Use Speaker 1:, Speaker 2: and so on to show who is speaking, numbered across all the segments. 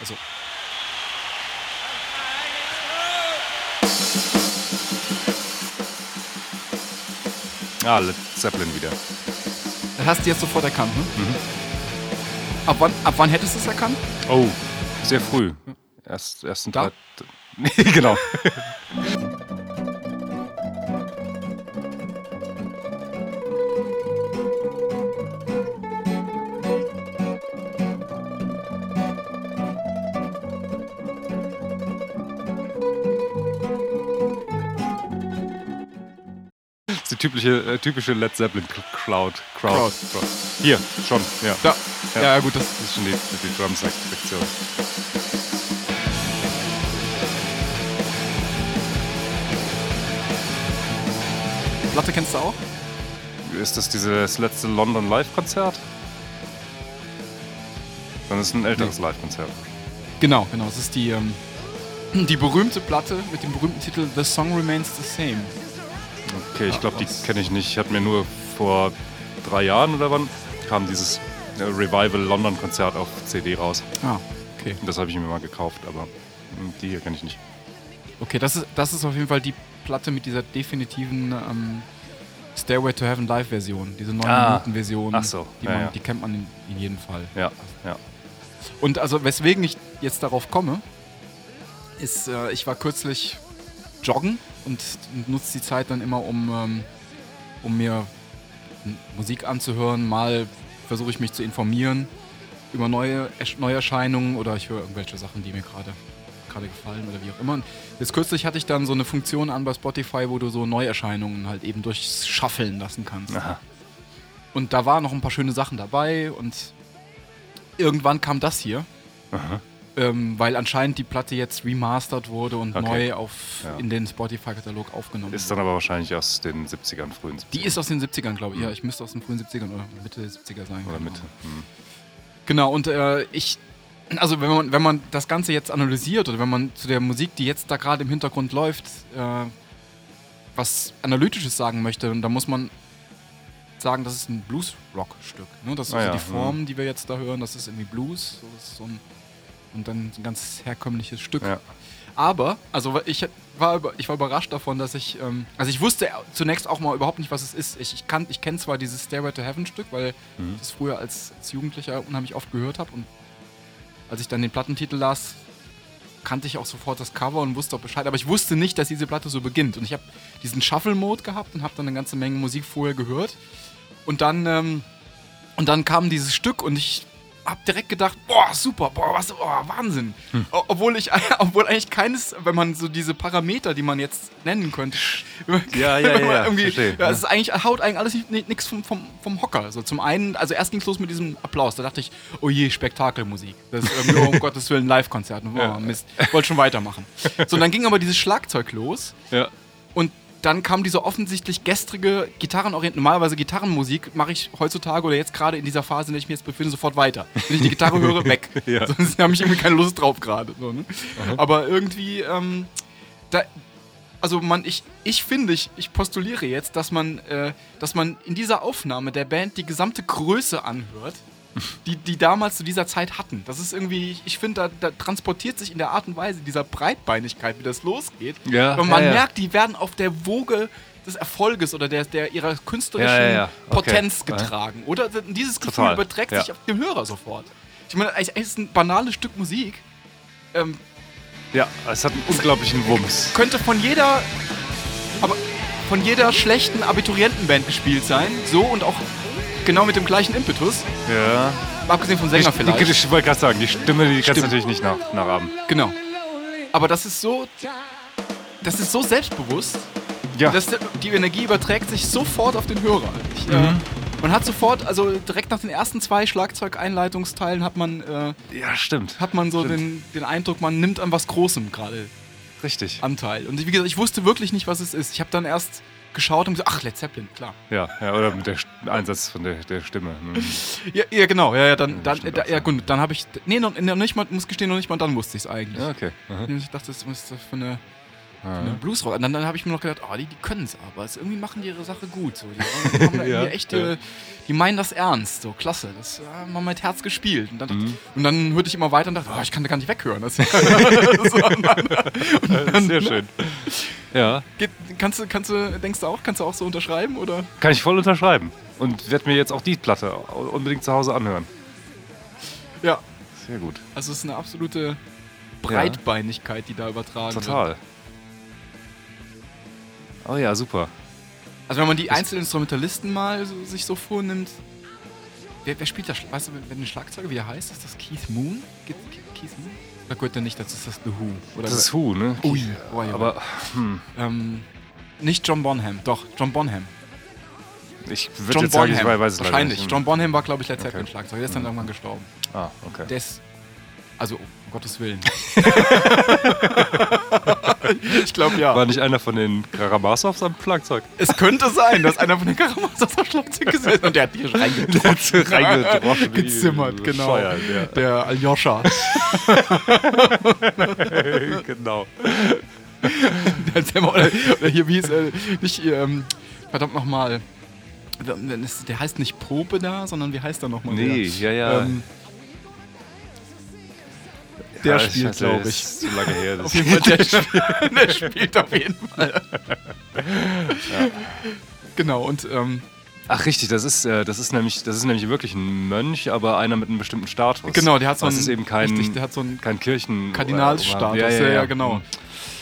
Speaker 1: Also. Ah, Led Zeppelin wieder.
Speaker 2: Das hast du jetzt sofort erkannt, ne?
Speaker 1: Mhm.
Speaker 2: Ab, wann, ab wann hättest du es erkannt?
Speaker 1: Oh, sehr früh. Erst, erst ein
Speaker 2: Da?
Speaker 1: paar. Nee, genau. Das ist die typische, äh, typische Led Zeppelin Crowd. Crowd.
Speaker 2: Crowd.
Speaker 1: Crowd. Hier, schon, ja.
Speaker 2: Ja.
Speaker 1: Ja.
Speaker 2: Ja, gut, das.
Speaker 1: Das ist schon die, die Drumsektion.
Speaker 2: Platte kennst du auch?
Speaker 1: Ist das dieses letzte London Live-Konzert? Dann ist es ein älteres Live-Konzert.
Speaker 2: Genau, genau. Es ist die, ähm, die berühmte Platte mit dem berühmten Titel The Song Remains the Same.
Speaker 1: Okay, ich glaube, die
Speaker 2: was-
Speaker 1: kenne Ah, ich nicht. Ich hatte mir nur vor drei Jahren oder wann kam dieses äh, Revival London Konzert auf CD raus.
Speaker 2: Ah, okay.
Speaker 1: Und Das habe ich mir mal gekauft, aber mh, die hier kenne ich nicht.
Speaker 2: Okay, das ist, das ist auf jeden Fall die Platte mit dieser definitiven ähm, Stairway to Heaven Live-Version, diese 9-Minuten-Version.
Speaker 1: Ah. Ach so,
Speaker 2: Die,
Speaker 1: ja,
Speaker 2: man-
Speaker 1: ja.
Speaker 2: die kennt man in, in jedem Fall.
Speaker 1: Ja, ja.
Speaker 2: Und also weswegen ich jetzt darauf komme, ist, äh, ich war kürzlich joggen und nutze die Zeit dann immer, um, ähm, um mir m- Musik anzuhören. Mal versuche ich mich zu informieren über neue Ersch- Neuerscheinungen oder ich höre irgendwelche Sachen, die mir gerade gerade gefallen oder wie auch immer. Und jetzt kürzlich hatte ich dann so eine Funktion an bei Spotify, wo du so Neuerscheinungen halt eben durchschaffeln lassen kannst.
Speaker 1: Aha.
Speaker 2: Und da waren noch ein paar schöne Sachen dabei und irgendwann kam das hier. Ähm, weil anscheinend die Platte jetzt remastert wurde und
Speaker 1: Okay.
Speaker 2: neu auf,
Speaker 1: Ja.
Speaker 2: in den Spotify-Katalog aufgenommen
Speaker 1: Ist
Speaker 2: wurde.
Speaker 1: dann aber wahrscheinlich aus den 70ern, frühen 70ern.
Speaker 2: Die ist aus den 70ern, glaube ich. Ja, ich müsste aus den frühen 70ern oder Mitte der 70er sein.
Speaker 1: Oder
Speaker 2: keine
Speaker 1: mit.
Speaker 2: Ahnung.
Speaker 1: Hm.
Speaker 2: Genau, und äh, ich, also wenn man, wenn man das Ganze jetzt analysiert oder wenn man zu der Musik, die jetzt da gerade im Hintergrund läuft, äh, was Analytisches sagen möchte, und da muss man sagen, das ist ein Blues-Rock-Stück. Ne? Das ist
Speaker 1: Ah
Speaker 2: also
Speaker 1: ja,
Speaker 2: die Form, die wir jetzt da hören, das ist irgendwie Blues. So, das ist so ein, und dann ein ganz herkömmliches Stück.
Speaker 1: Ja.
Speaker 2: Aber, also ich war, über- ich war überrascht davon, dass ich, ähm, also ich wusste zunächst auch mal überhaupt nicht, was es ist. Ich, ich, kan- ich kenne zwar dieses Stairway to Heaven Stück, weil ich das früher als, als Jugendlicher unheimlich oft gehört habe und als ich dann den Plattentitel las, kannte ich auch sofort das Cover und wusste auch Bescheid, aber ich wusste nicht, dass diese Platte so beginnt. Und ich habe diesen Shuffle-Mode gehabt und habe dann eine ganze Menge Musik vorher gehört. Und dann, ähm, und dann kam dieses Stück und ich habe direkt gedacht, boah, super, boah, was, boah, Wahnsinn.
Speaker 1: Hm.
Speaker 2: O- Obwohl ich, obwohl eigentlich keines, wenn man so diese Parameter, die man jetzt nennen könnte,
Speaker 1: Ja, ja,
Speaker 2: wenn man
Speaker 1: ja,
Speaker 2: irgendwie,
Speaker 1: verstehe,
Speaker 2: ja, es ist eigentlich haut eigentlich alles nicht- nichts vom, vom, vom Hocker. So zum einen, also erst ging's los mit diesem Applaus, da dachte ich, oh je, Spektakelmusik. Das ist irgendwie, oh, um Gottes Willen, Live-Konzert. Oh, Mist, wollte schon weitermachen. So, und dann ging aber dieses Schlagzeug los.
Speaker 1: ja.
Speaker 2: Und dann kam diese offensichtlich gestrige Gitarrenorientierung. Normalerweise Gitarrenmusik mache ich heutzutage oder jetzt gerade in dieser Phase, in der ich mich jetzt befinde, sofort weiter. Wenn ich die Gitarre höre, weg.
Speaker 1: Ja.
Speaker 2: Sonst habe ich irgendwie keine Lust drauf gerade. So, ne? Aber irgendwie, ähm, da, also man, ich, ich finde, ich, ich postuliere jetzt, dass man, äh, dass man in dieser Aufnahme der Band die gesamte Größe anhört, die die damals zu dieser Zeit hatten. Das ist irgendwie, ich, ich finde, da, da transportiert sich in der Art und Weise dieser Breitbeinigkeit, wie das losgeht.
Speaker 1: Ja,
Speaker 2: und man
Speaker 1: ja, ja.
Speaker 2: merkt, die werden auf der Woge des Erfolges oder der, der ihrer künstlerischen
Speaker 1: Ja, ja, ja. Okay.
Speaker 2: Potenz
Speaker 1: Ja.
Speaker 2: getragen. Oder dieses Gefühl
Speaker 1: Total.
Speaker 2: überträgt
Speaker 1: Ja.
Speaker 2: sich auf den Hörer sofort. Ich meine, es ist ein banales Stück Musik. Ähm,
Speaker 1: ja, es hat einen unglaublichen Wumms.
Speaker 2: könnte von jeder, aber von jeder schlechten Abiturientenband gespielt sein. So und auch genau mit dem gleichen Impetus.
Speaker 1: Ja.
Speaker 2: Abgesehen vom Sänger
Speaker 1: Die, die,
Speaker 2: vielleicht.
Speaker 1: ich wollte gerade sagen, die Stimme, die kannst
Speaker 2: Stimmt.
Speaker 1: du natürlich nicht nach, nachahmen.
Speaker 2: Genau. Aber das ist so, das ist so selbstbewusst.
Speaker 1: Ja.
Speaker 2: dass der- die Energie überträgt sich sofort auf den Hörer. Ich, äh,
Speaker 1: Mhm.
Speaker 2: man hat sofort, also direkt nach den ersten zwei Schlagzeugeinleitungsteilen hat man, äh,
Speaker 1: ja, stimmt.
Speaker 2: hat man so den, den Eindruck, man nimmt an was Großem gerade
Speaker 1: Richtig.
Speaker 2: Anteil. Und wie gesagt, ich wusste wirklich nicht, was es ist. Ich habe dann erst geschaut und gesagt, ach, Led Zeppelin, klar.
Speaker 1: Ja, ja oder mit der St- Einsatz von der, der Stimme. Mhm.
Speaker 2: Ja, ja genau, ja, ja, dann,
Speaker 1: das
Speaker 2: dann,
Speaker 1: stimmt
Speaker 2: äh,
Speaker 1: auch,
Speaker 2: ja, gut, dann habe ich,
Speaker 1: Mhm.
Speaker 2: nee, noch, noch nicht mal, muss gestehen, noch nicht mal dann wusste ich es eigentlich.
Speaker 1: Ja, okay. Aha.
Speaker 2: Ich dachte, das ist das für eine Ne? Bluesrock. Und dann, dann habe ich mir noch gedacht, oh, die, die können es aber. Also irgendwie machen die ihre Sache gut. So. Die, haben da
Speaker 1: Ja,
Speaker 2: irgendwie echt, äh, die meinen das ernst. So, klasse. Das äh, haben wir mit Herz gespielt. Und
Speaker 1: Mhm.
Speaker 2: dann, und dann hörte ich immer weiter und dachte, oh, ich kann da gar nicht weghören. Das, so, und dann,
Speaker 1: Sehr schön. Ja,
Speaker 2: geht, kannst, du- kannst du, denkst du auch, kannst du auch so unterschreiben? Oder?
Speaker 1: kann ich voll unterschreiben. Und werde mir jetzt auch die Platte unbedingt zu Hause anhören.
Speaker 2: Ja.
Speaker 1: Sehr gut.
Speaker 2: Also es ist eine absolute Breitbeinigkeit, die da übertragen wird.
Speaker 1: Total. Oh ja, super.
Speaker 2: Also wenn man die Einzelinstrumentalisten mal so, sich so vornimmt, wer, wer spielt da, Schla- weißt du, wenn der Schlagzeuger, wie er heißt, ist das Keith Moon? Ge- Ke- Keith Moon? Da gehört er nicht dazu, ist das The Who. Oder
Speaker 1: Das ist Who, ne?
Speaker 2: Ui, ui, ui.
Speaker 1: Aber
Speaker 2: ähm, nicht John Bonham, doch, John Bonham.
Speaker 1: ich
Speaker 2: John
Speaker 1: würde jetzt sagen, ich weiß es leider
Speaker 2: wahrscheinlich.
Speaker 1: nicht.
Speaker 2: John Bonham war, glaube ich, letztes
Speaker 1: Okay.
Speaker 2: Jahr Schlagzeuger, der ist dann irgendwann gestorben.
Speaker 1: Ah, okay.
Speaker 2: Der ist, also um Gottes Willen. ich glaube ja.
Speaker 1: War nicht einer von den Karamasows am Schlagzeug?
Speaker 2: Es könnte sein, dass einer von den Karamasos auf Schlagzeug gesessen hat und der hat die reingetroffen.
Speaker 1: Reingedroschen, wie
Speaker 2: Gezimmert, genau.
Speaker 1: bescheuert, ja.
Speaker 2: Der Aljoscha,
Speaker 1: genau.
Speaker 2: der Zimmer, oder, oder hier, wie ist er, nicht, ähm, verdammt nochmal, der heißt nicht Pope da, sondern wie heißt er nochmal?
Speaker 1: Nee, ja,
Speaker 2: der?
Speaker 1: ja.
Speaker 2: Ähm, der
Speaker 1: Ja,
Speaker 2: spielt,
Speaker 1: scheiße,
Speaker 2: glaube
Speaker 1: das
Speaker 2: ich.
Speaker 1: Ist zu lange her. Das
Speaker 2: Auf jeden Fall, der, spielt- der spielt auf jeden Fall. Genau, und ähm,
Speaker 1: Ach richtig, das ist, äh, das ist nämlich, das ist nämlich wirklich ein Mönch, aber einer mit einem bestimmten Status.
Speaker 2: genau, der hat so
Speaker 1: Das
Speaker 2: einen,
Speaker 1: ist eben kein,
Speaker 2: richtig, der hat so einen
Speaker 1: kein Kirchen.
Speaker 2: Kardinalsstatus,
Speaker 1: Ja, ja, ja,
Speaker 2: genau.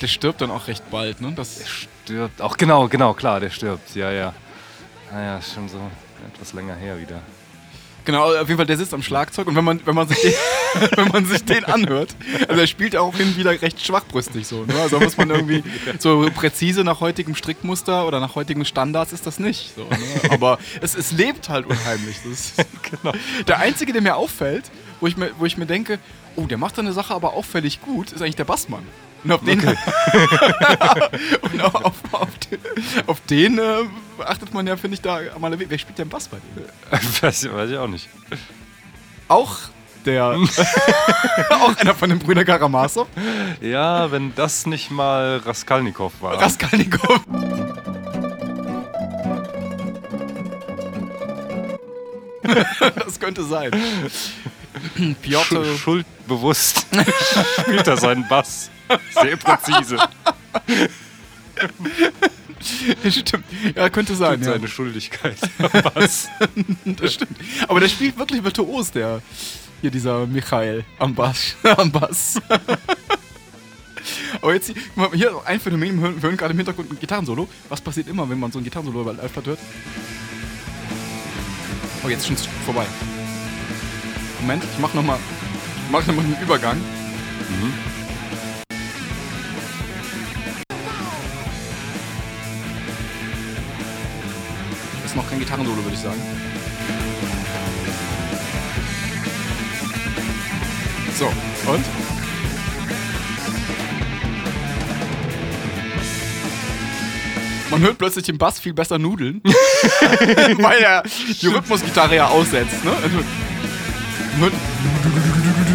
Speaker 2: Der stirbt dann auch recht bald, ne? Das,
Speaker 1: Stirbt. Auch genau, genau, klar, der stirbt. Ja, ja. Naja, ist schon so etwas länger her wieder.
Speaker 2: genau, auf jeden Fall, der sitzt am Schlagzeug und wenn man, wenn man, sich, den, wenn man sich den anhört, also er spielt auch hin und wieder recht schwachbrüstig so, ne? Also muss man irgendwie so präzise nach heutigem Strickmuster oder nach heutigen Standards ist das nicht. So, ne? Aber es, es lebt halt unheimlich. Das ist genau. Der Einzige, der mir auffällt, wo ich mir, wo ich mir denke, oh, der macht seine Sache aber auffällig gut, ist eigentlich der Bassmann. Und auf den, und auf, auf den, auf den äh, achtet man ja, finde ich, da mal Wer spielt denn Bass bei dem?
Speaker 1: weiß, ich- weiß ich auch nicht.
Speaker 2: Auch der. auch einer von den Brüdern Karamasow.
Speaker 1: Ja, wenn das nicht mal Raskolnikow war.
Speaker 2: Raskolnikow. das könnte sein. Piotr.
Speaker 1: Sch schuldbewusst spielt er seinen Bass. Sehr präzise.
Speaker 2: Stimmt. Ja, könnte sein.
Speaker 1: Und
Speaker 2: Ja.
Speaker 1: seine Schuldigkeit. am Bass.
Speaker 2: Das stimmt. Aber der spielt wirklich virtuos, der. Hier dieser Michael am Bass. Am Bass. Aber jetzt guck mal, hier ein Phänomen, wir hören- wir hören gerade im Hintergrund ein Gitarrensolo. Was passiert immer, wenn man so ein Gitarrensolo bei Live hört? Oh, jetzt ist schon vorbei. Moment, ich mach nochmal mach noch mal einen Übergang. Ist noch kein Gitarrensolo, würde ich sagen. So, und? Man hört plötzlich den Bass viel besser nudeln, weil er die Rhythmusgitarre ja aussetzt. Ne? Also, man hört-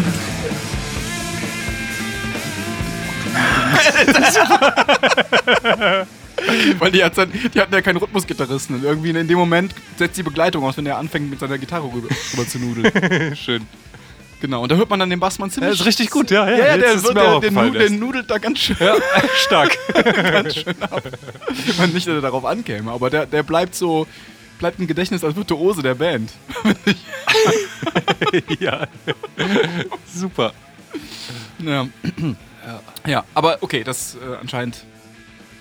Speaker 2: Weil die, hat dann, die hatten ja keinen Rhythmusgitarristen. Und irgendwie in dem Moment setzt die Begleitung aus, wenn er anfängt, mit seiner Gitarre rüber, rüber zu nudeln.
Speaker 1: Schön.
Speaker 2: Genau, und da hört man dann den Bassmann ziemlich.
Speaker 1: Ja, ist richtig gut, ja, ja,
Speaker 2: ja,
Speaker 1: jetzt
Speaker 2: der,
Speaker 1: ist
Speaker 2: wird,
Speaker 1: mir
Speaker 2: der, der,
Speaker 1: aufgefallen
Speaker 2: nu- der
Speaker 1: erst.
Speaker 2: nudelt da ganz schön.
Speaker 1: Ja, stark.
Speaker 2: Ich meine, nicht, dass er darauf ankäme, aber der, der bleibt so, bleibt im Gedächtnis als Virtuose der Band.
Speaker 1: ja. Super.
Speaker 2: Ja, ja aber okay, das äh, anscheinend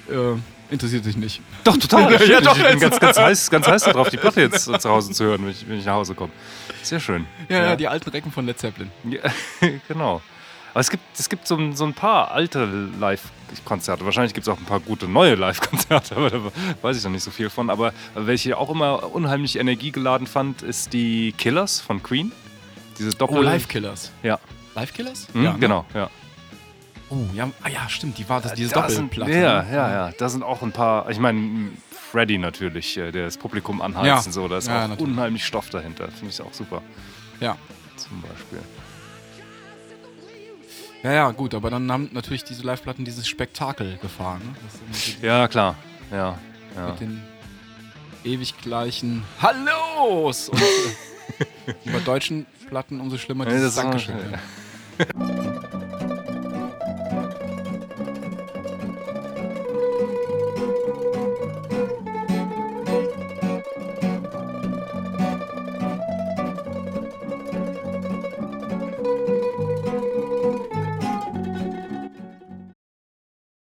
Speaker 2: äh, interessiert sich nicht.
Speaker 1: Doch, total.
Speaker 2: Ja,
Speaker 1: Schön.
Speaker 2: ja, doch,
Speaker 1: ich bin
Speaker 2: jetzt.
Speaker 1: ganz, ganz, heiß, ganz heiß darauf, die Platte jetzt zu Hause zu hören, wenn ich, wenn ich nach Hause komme. Sehr schön.
Speaker 2: Ja, ja, die alten Recken von Led Zeppelin.
Speaker 1: Ja, genau. Aber es gibt, es gibt so, ein- so ein paar alte Live-Konzerte. Wahrscheinlich gibt es auch ein paar gute neue Live-Konzerte, aber da weiß ich noch nicht so viel von. Aber welche ich auch immer unheimlich energiegeladen fand, ist die Killers von Queen. Diese Doppel.
Speaker 2: Oh, Live Killers.
Speaker 1: Ja,
Speaker 2: Live Killers?
Speaker 1: hm,
Speaker 2: ja, ne?
Speaker 1: genau. Ja.
Speaker 2: Oh, ja, ah, ja, stimmt, die war das, dieses
Speaker 1: Da
Speaker 2: Doppelplatte.
Speaker 1: Sind, ja,
Speaker 2: ne?
Speaker 1: ja, ja. Da sind auch ein paar. Ich meine, Freddy natürlich, äh, der das Publikum anheizt
Speaker 2: Ja.
Speaker 1: und so. Da ist
Speaker 2: Ja,
Speaker 1: auch
Speaker 2: natürlich.
Speaker 1: unheimlich Stoff dahinter. Finde ich auch super.
Speaker 2: ja.
Speaker 1: Zum Beispiel.
Speaker 2: Ja, ja, gut, aber dann haben natürlich diese Live-Platten dieses Spektakel gefahren. Ne? Das ist immer so
Speaker 1: Ja, klar. Ja.
Speaker 2: die-
Speaker 1: ja.
Speaker 2: Mit den ewig gleichen Hallos! Und, äh, die bei deutschen Platten umso schlimmer
Speaker 1: Ja,
Speaker 2: dieses
Speaker 1: das ist immer
Speaker 2: Dankeschön.
Speaker 1: schön.